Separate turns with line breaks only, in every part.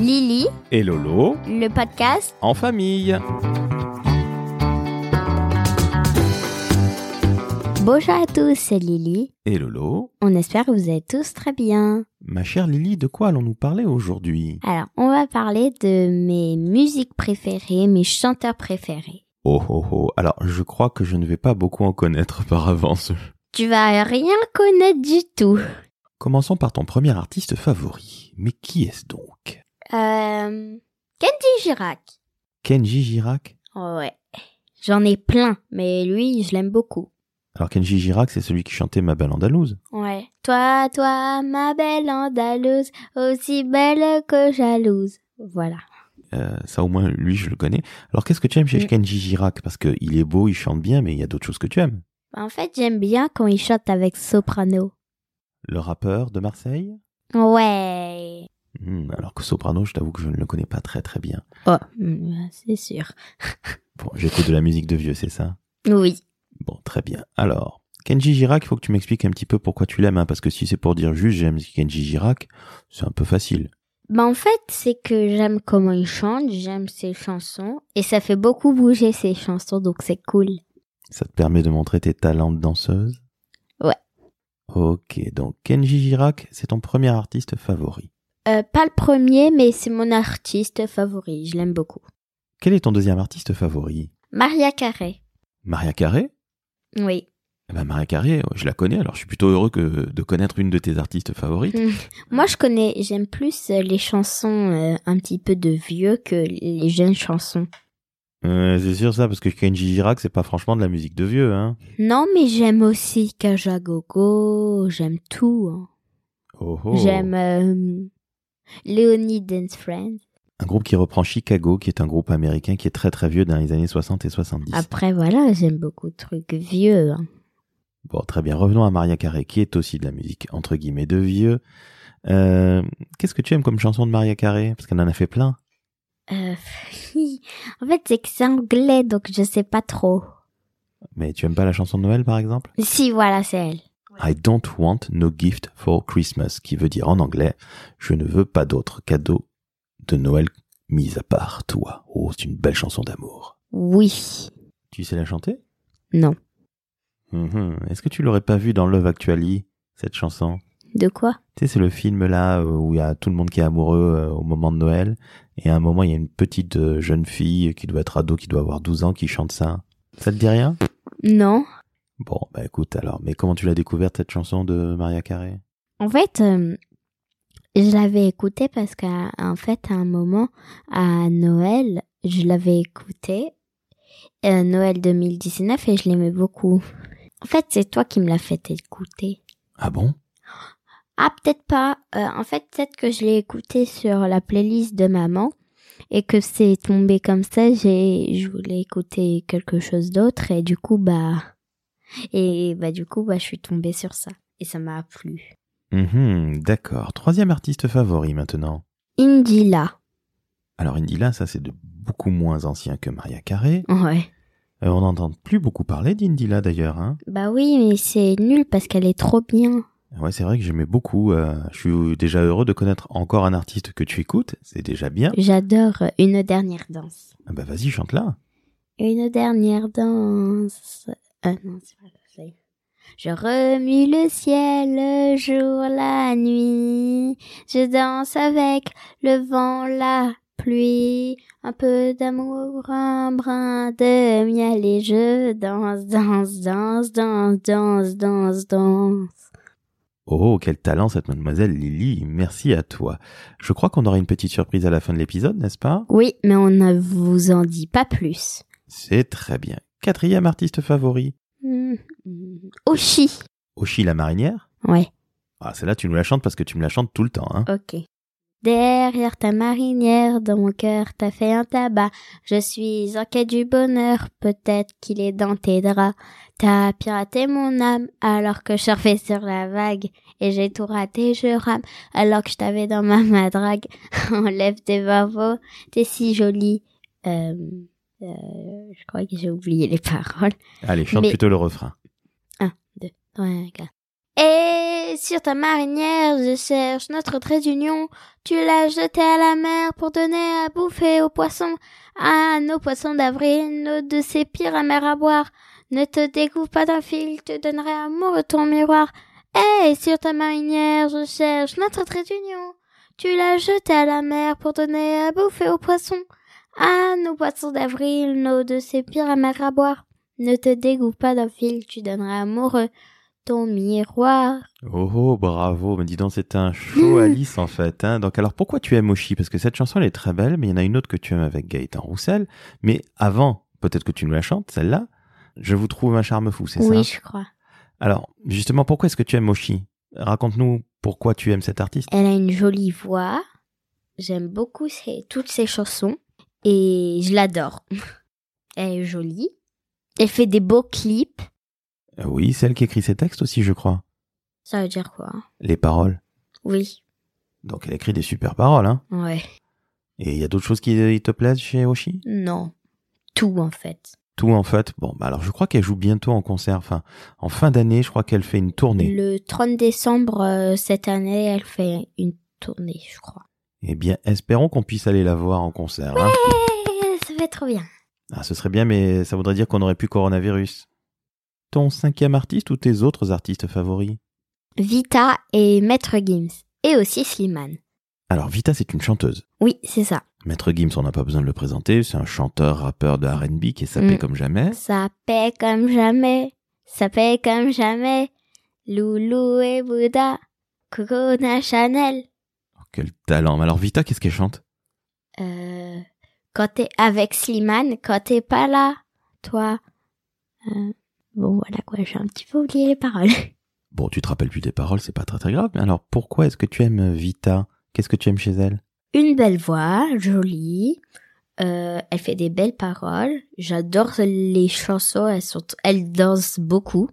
Lily,
et Lolo
le podcast.
en famille.
Bonjour à tous, c'est Lily.
Et Lolo,
On espère que vous allez tous très bien.
ma chère Lily, de quoi allons-nous parler aujourd'hui
Alors, on va parler de mes musiques préférées, mes chanteurs préférés.
Oh oh oh, alors je crois que je ne vais pas beaucoup en connaître par avance.
Tu vas rien connaître du tout.
Commençons par ton premier artiste favori. Mais qui est-ce donc
Euh, Kenji Girac.
Kenji Girac
Ouais. J'en ai plein, mais lui, je l'aime beaucoup.
Alors Kenji Girac, c'est celui qui chantait Ma Belle Andalouse.
Ouais. Toi, toi, ma belle Andalouse, aussi belle que jalouse. Voilà.
Euh, ça au moins, lui, je le connais. Alors qu'est-ce que tu aimes chez
Mm.
Kenji Girac Parce qu'il est beau, il chante bien, mais il y a d'autres choses que tu aimes.
En fait, j'aime bien quand il chante avec soprano.
Le rappeur de Marseille
Ouais.
Hmm, Alors que Soprano, je t'avoue que je ne le connais pas très très bien.
Oh, mm, c'est sûr.
Bon, j'écoute de la musique de vieux, c'est ça
Oui.
Bon, très bien. Alors, Kenji Girac, il faut que tu m'expliques un petit peu pourquoi tu l'aimes, hein, parce que si c'est pour dire juste j'aime Kenji Girac, c'est un peu facile.
Bah en fait, c'est que j'aime comment il chante, j'aime ses chansons, et ça fait beaucoup bouger ses chansons, donc c'est cool.
Ça te permet de montrer tes talents de danseuse
Ouais.
Ok, donc Kenji Girac, c'est ton premier artiste favori.
Euh, pas le premier, mais c'est mon artiste favori, je l'aime beaucoup.
Quel est ton deuxième artiste favori
Maria Carré.
Maria Carré
Oui.
eh ben Maria Carré, ouais, je la connais, alors je suis plutôt heureux que de connaître une de tes artistes favorites.
Moi, je connais, j'aime plus euh, les chansons euh, un petit peu de vieux que les jeunes chansons. Mm.
Euh, c'est sûr ça, parce que Kenji Girac, c'est pas franchement de la musique de vieux, hein.
Non, mais j'aime aussi Kajagogo, j'aime tout. hein.
Oh, oh.
J'aime euh, Léonie Dance Friends.
Un groupe qui reprend Chicago, qui est un groupe américain qui est très très vieux dans les années 60 et 70.
Après, voilà, j'aime beaucoup de trucs vieux. hein.
Bon, très bien. Revenons à Maria Carré, qui est aussi de la musique entre guillemets de vieux. Euh, Qu'est-ce que tu aimes comme chanson de Maria Carré Parce qu'elle en a fait plein.
Euh, en fait, c'est que c'est anglais, donc je sais pas trop.
Mais tu aimes pas la chanson de Noël, par exemple
Si, voilà, c'est elle.
I don't want no gift for Christmas, qui veut dire en anglais Je ne veux pas d'autre cadeau de Noël mis à part toi. Oh, c'est une belle chanson d'amour.
Oui.
Tu sais la chanter
Non.
Mhm. Est-ce que tu l'aurais pas vue dans Love Actually, cette chanson
De quoi
Tu sais, c'est le film là euh, où il y a tout le monde qui est amoureux euh, au moment de Noël. Et à un moment, il y a une petite euh, jeune fille qui doit être ado, qui doit avoir 12 ans, qui chante ça. Ça te dit rien
Non.
Bon, bah écoute alors, mais comment tu l'as découverte cette chanson de Maria Carré
En fait, euh, je l'avais écoutée parce qu'à en fait, à un moment, à Noël, je l'avais écoutée. euh, Noël 2019 et je l'aimais beaucoup. En fait, c'est toi qui me l'as fait écouter.
Ah bon
Ah, peut-être pas. Euh, en fait, peut-être que je l'ai écouté sur la playlist de maman et que c'est tombé comme ça. J'ai, je voulais écouter quelque chose d'autre et du coup, bah, et bah, du coup, bah, je suis tombée sur ça et ça m'a plu.
Mhm, D'accord. Troisième artiste favori maintenant.
Indila.
Alors Indila, ça c'est de beaucoup moins ancien que Maria Carré.
Ouais.
Euh, on n'entend plus beaucoup parler d'Indila d'ailleurs. Hein
Bah oui, mais c'est nul parce qu'elle est trop bien.
ouais, c'est vrai que j'aimais beaucoup. euh, je suis déjà heureux de connaître encore un artiste que tu écoutes. C'est déjà bien.
J'adore euh, une dernière danse.
Ah bah vas-y, chante là.
Une dernière danse. Ah non, c'est pas ça. c'est- Je remue le ciel le jour, la nuit. Je danse avec le vent, la pluie. Un peu d'amour, un brin de miel et je danse, danse, danse, danse, danse, danse, danse.
Oh, quel talent cette mademoiselle Lily, merci à toi. Je crois qu'on aura une petite surprise à la fin de l'épisode, n'est-ce pas
Oui, mais on ne vous en dit pas plus.
C'est très bien. Quatrième artiste favori,
Hmm. Oshi.
Oshi la marinière.
Ouais.
Ah, celle-là, tu nous la chantes parce que tu me la chantes tout le temps. Hein
Ok. Derrière ta marinière, dans mon cœur, t'as fait un tabac. Je suis en quête du bonheur, peut-être qu'il est dans tes draps. T'as piraté mon âme, alors que je surfais sur la vague. Et j'ai tout raté, je rame, alors que je t'avais dans ma madrague. Enlève tes bravos, t'es si jolie. Euh, euh, je crois que j'ai oublié les paroles.
Allez, chante
Mais-
plutôt le refrain.
Ouais, regarde. Et sur ta marinière, je cherche notre trait d'union. Tu l'as jeté à la mer pour donner à bouffer aux poissons. Ah, nos poissons d'avril, nos de ces pires amers à boire. Ne te découvre pas d'un fil, te donnerai amour de ton miroir. Et sur ta marinière, je cherche notre trait d'union. Tu l'as jeté à la mer pour donner à bouffer aux poissons. Ah, nos poissons d'avril, nos de ces pires amers à boire. Ne te dégoûte pas d'un fil, tu donneras amoureux ton miroir.
Oh, oh, bravo, mais dis donc, c'est un show Alice en fait. Hein. Donc alors pourquoi tu aimes Oshi Parce que cette chanson elle est très belle, mais il y en a une autre que tu aimes avec Gaëtan Roussel. Mais avant, peut-être que tu nous la chantes, celle-là, je vous trouve un charme fou, c'est
Oui,
ça
je crois.
Alors justement, pourquoi est-ce que tu aimes Oshi Raconte-nous pourquoi tu aimes cet artiste.
Elle a une jolie voix. J'aime beaucoup ses- toutes ses chansons et je l'adore. Elle est jolie. Elle fait des beaux clips.
Euh, Oui, celle qui écrit ses textes aussi, je crois.
Ça veut dire quoi
Les paroles.
Oui.
Donc elle écrit des super paroles, hein.
Ouais.
Et il y a d'autres choses qui euh, te plaisent chez Oshi
Non. Tout en fait.
Tout en fait. Bon, bah alors je crois qu'elle joue bientôt en concert. Enfin, en fin d'année, je crois qu'elle fait une tournée.
Le 30 décembre euh, cette année, elle fait une tournée, je crois.
Eh bien, espérons qu'on puisse aller la voir en concert. hein.
Eh, ça fait trop bien.
Ah, ce serait bien, mais ça voudrait dire qu'on aurait plus coronavirus. Ton cinquième artiste ou tes autres artistes favoris
Vita et Maître Gims. Et aussi Slimane.
Alors, Vita, c'est une chanteuse.
Oui, c'est ça.
Maître Gims, on n'a pas besoin de le présenter. C'est un chanteur, rappeur de RB qui est sapé
Mm.
comme jamais.
Ça paie comme jamais, ça paie comme jamais. Loulou et Bouddha, Coco Chanel.
Oh, quel talent. Mais Alors, Vita, qu'est-ce qu'elle chante
Euh, quand t'es avec Slimane, quand t'es pas là, toi. Euh, bon, voilà quoi, j'ai un petit peu oublié les paroles.
Bon, tu te rappelles plus des paroles, c'est pas très très grave. Mais alors, pourquoi est-ce que tu aimes euh, Vita Qu'est-ce que tu aimes chez elle
Une belle voix, jolie. euh, elle fait des belles paroles. J'adore les chansons, elles, sont, elles dansent beaucoup.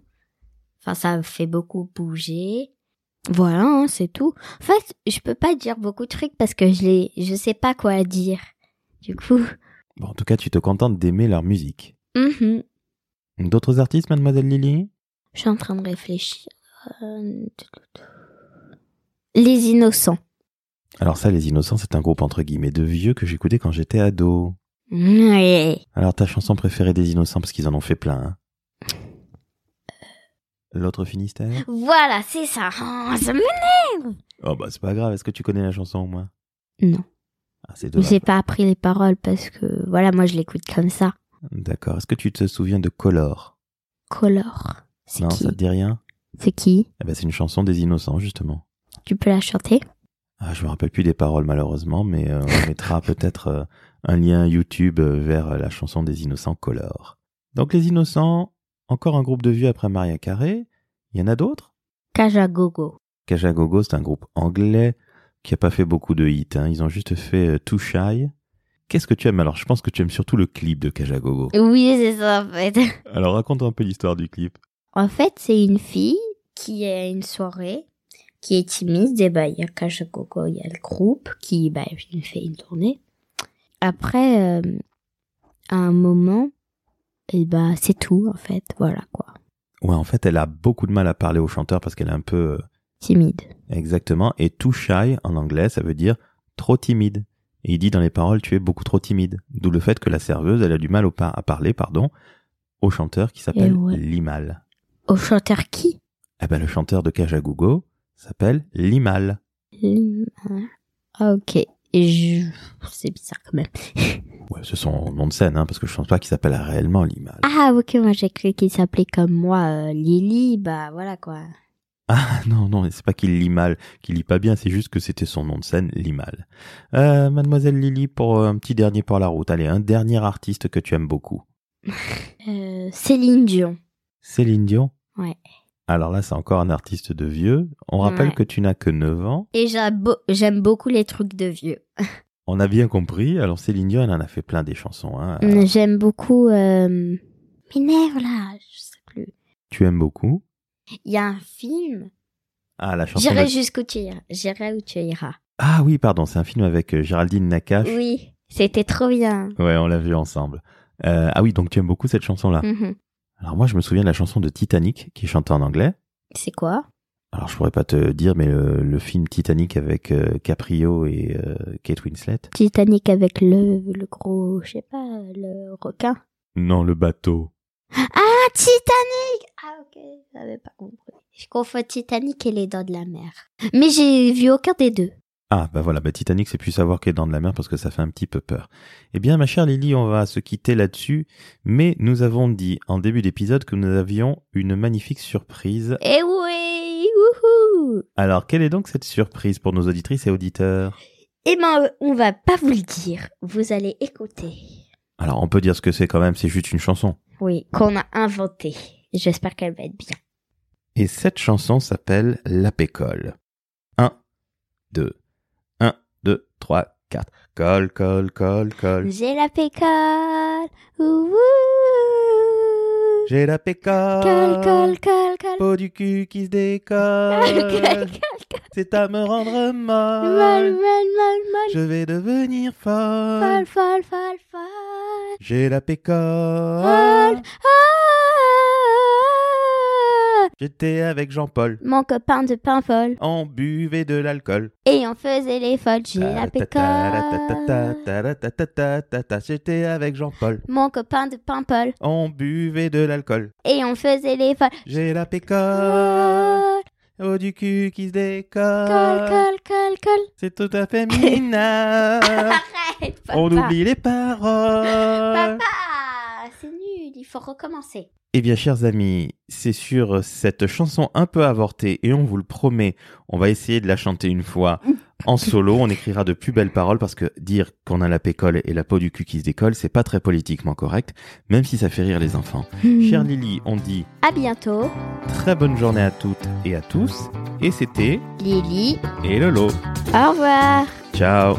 Enfin, ça me fait beaucoup bouger. Voilà, hein, c'est tout. En fait, je peux pas dire beaucoup de trucs parce que je les, je sais pas quoi dire. Du coup,
Bon, en tout cas, tu te contentes d'aimer leur musique.
mhm.
D'autres artistes, mademoiselle Lily
je suis en train de réfléchir. Euh, Les innocents.
Alors ça, Les Innocents, c'est un groupe entre guillemets de vieux que j'écoutais quand j'étais ado.
Ouais.
Alors ta chanson préférée des Innocents, parce qu'ils en ont fait plein. hein.
Euh.
L'autre Finistère
Voilà, c'est ça. Oh, ça me-
Oh bah c'est pas grave, est-ce que tu connais la chanson au moins
Non.
Ah c'est dommage.
J'ai pas appris les paroles parce que, voilà, moi je l'écoute comme ça.
D'accord, est-ce que tu te souviens de Color
Color. C'est
Non,
qui
ça te dit rien
C'est qui
Eh ben c'est une chanson des Innocents justement.
Tu peux la chanter
Ah, je me rappelle plus des paroles malheureusement, mais euh, on mettra peut-être euh, un lien YouTube euh, vers euh, la chanson des Innocents Color. Donc les Innocents, encore un groupe de vieux après Maria Carré. Il y en a d'autres
Kajagogo.
Kajagogo, c'est un groupe anglais qui a pas fait beaucoup de hits. hein. Ils ont juste fait euh, Too Shy. Qu'est-ce que tu aimes Alors, je pense que tu aimes surtout le clip de Kajagogo.
Oui, c'est ça en fait.
Alors, raconte un peu l'histoire du clip.
En fait, c'est une fille qui est à une soirée, qui est timide. Et bah, il y a Kajagogo, il y a le groupe qui bah, il fait une tournée. Après, euh, à un moment, et bah, c'est tout en fait. Voilà quoi.
Ouais, en fait, elle a beaucoup de mal à parler au chanteur parce qu'elle est un peu euh,
Timide.
exactement. Et Too Shy en anglais, ça veut dire trop timide. Et il dit dans les paroles, tu es beaucoup trop timide. D'où le fait que la serveuse, elle a du mal au par- à parler, pardon, au chanteur qui s'appelle
Eh ouais.
Limal.
Au chanteur qui
Eh ben, le chanteur de Kajagogo s'appelle Limal.
Lima. Ah, ok. Et je... C'est bizarre quand même.
Ouais, c'est son nom de scène, hein, parce que je pense pas qu'il s'appelle réellement Limal.
Ah ok, moi j'ai cru qu'il s'appelait comme moi euh, Lily, bah voilà quoi.
Ah non, non, c'est pas qu'il lit mal, qu'il lit pas bien, c'est juste que c'était son nom de scène, Limal. Euh, Mademoiselle Lily, pour euh, un petit dernier pour la route, allez, un dernier artiste que tu aimes beaucoup.
Euh, Céline Dion.
Céline Dion
Ouais.
Alors là, c'est encore un artiste de vieux. On rappelle
Ouais.
que tu n'as que 9 ans.
Et j'aime beau- j'aime beaucoup les trucs de vieux.
On a bien compris. Alors Céline Dion, elle en a fait plein des chansons. Hein.
Mm, J'aime beaucoup... Euh... M'énerve là, je sais plus.
Tu aimes beaucoup.
Il y a un film.
Ah, la chanson
J'irai
de-
jusqu'où tu iras. J'irai où tu iras.
Ah oui, pardon, c'est un film avec euh, Géraldine Nakache.
Oui, c'était trop bien.
Ouais, on l'a vu ensemble. Euh, ah oui, donc tu aimes beaucoup cette chanson-là.
Mhm.
Alors moi, je me souviens de la chanson de Titanic qui chante en anglais.
C'est quoi
alors je pourrais pas te dire, mais le, le film Titanic avec euh, Caprio et euh, Kate Winslet.
Titanic avec le, le gros, je sais pas, le requin.
Non, le bateau.
Ah, Titanic Ah, ok, j'avais pas compris. Je confonds Titanic et les dents de la mer. Mais j'ai vu aucun des deux.
Ah bah voilà, bah Titanic c'est plus savoir qu'est dans de la mer parce que ça fait un petit peu peur. Eh bien ma chère Lily, on va se quitter là-dessus, mais nous avons dit en début d'épisode que nous avions une magnifique surprise.
Eh oui Wouhou
Alors quelle est donc cette surprise pour nos auditrices et auditeurs
Eh ben, on va pas vous le dire. Vous allez écouter.
Alors on peut dire ce que c'est quand même, c'est juste une chanson.
Oui, qu'on a inventé. J'espère qu'elle va être bien.
Et cette chanson s'appelle La Pécole. 1, 2, 1, 2, 3, 4. Colle, colle, colle, colle.
J'ai la pécole Ouh
J'ai la pécole.
Colle, colle, colle, colle
Peau du cul qui se
Colle, colle,
décolle.
colle
C'est à me rendre
Mal, mal,
molle.
mal, mal
Je vais devenir
Folle, folle,
folle.
folle, folle
J'ai la pécole.
Folle Ah
J'étais avec Jean-Paul.
Mon copain de pain folle
On buvait de l'alcool.
Et on faisait les folles J'ai la pécole
Ta-ta-ta-ta-ta-ta-ta-ta-ta-ta-ta. J'étais avec Jean-Paul.
Mon copain de pain folle
On buvait de l'alcool.
Et on faisait les folles
J'ai la pécole.
Colle,
Oh du cul qui se
colle,
décolle.
colle, colle, colle
C'est tout à fait minable.
Arrête, papa
On oublie les paroles.
Papa C'est nul, il faut recommencer
Eh bien, chers amis, c'est sur cette chanson un peu avortée, et on vous le promet, on va essayer de la chanter une fois en solo. On écrira de plus belles paroles parce que dire qu'on a la pécole et la peau du cul qui se décolle, c'est pas très politiquement correct, même si ça fait rire les enfants.
Mm.
Chère Lily, on dit
À bientôt
très bonne journée à toutes et à tous, et c'était
Lily
Et Lolo.
Au revoir
Ciao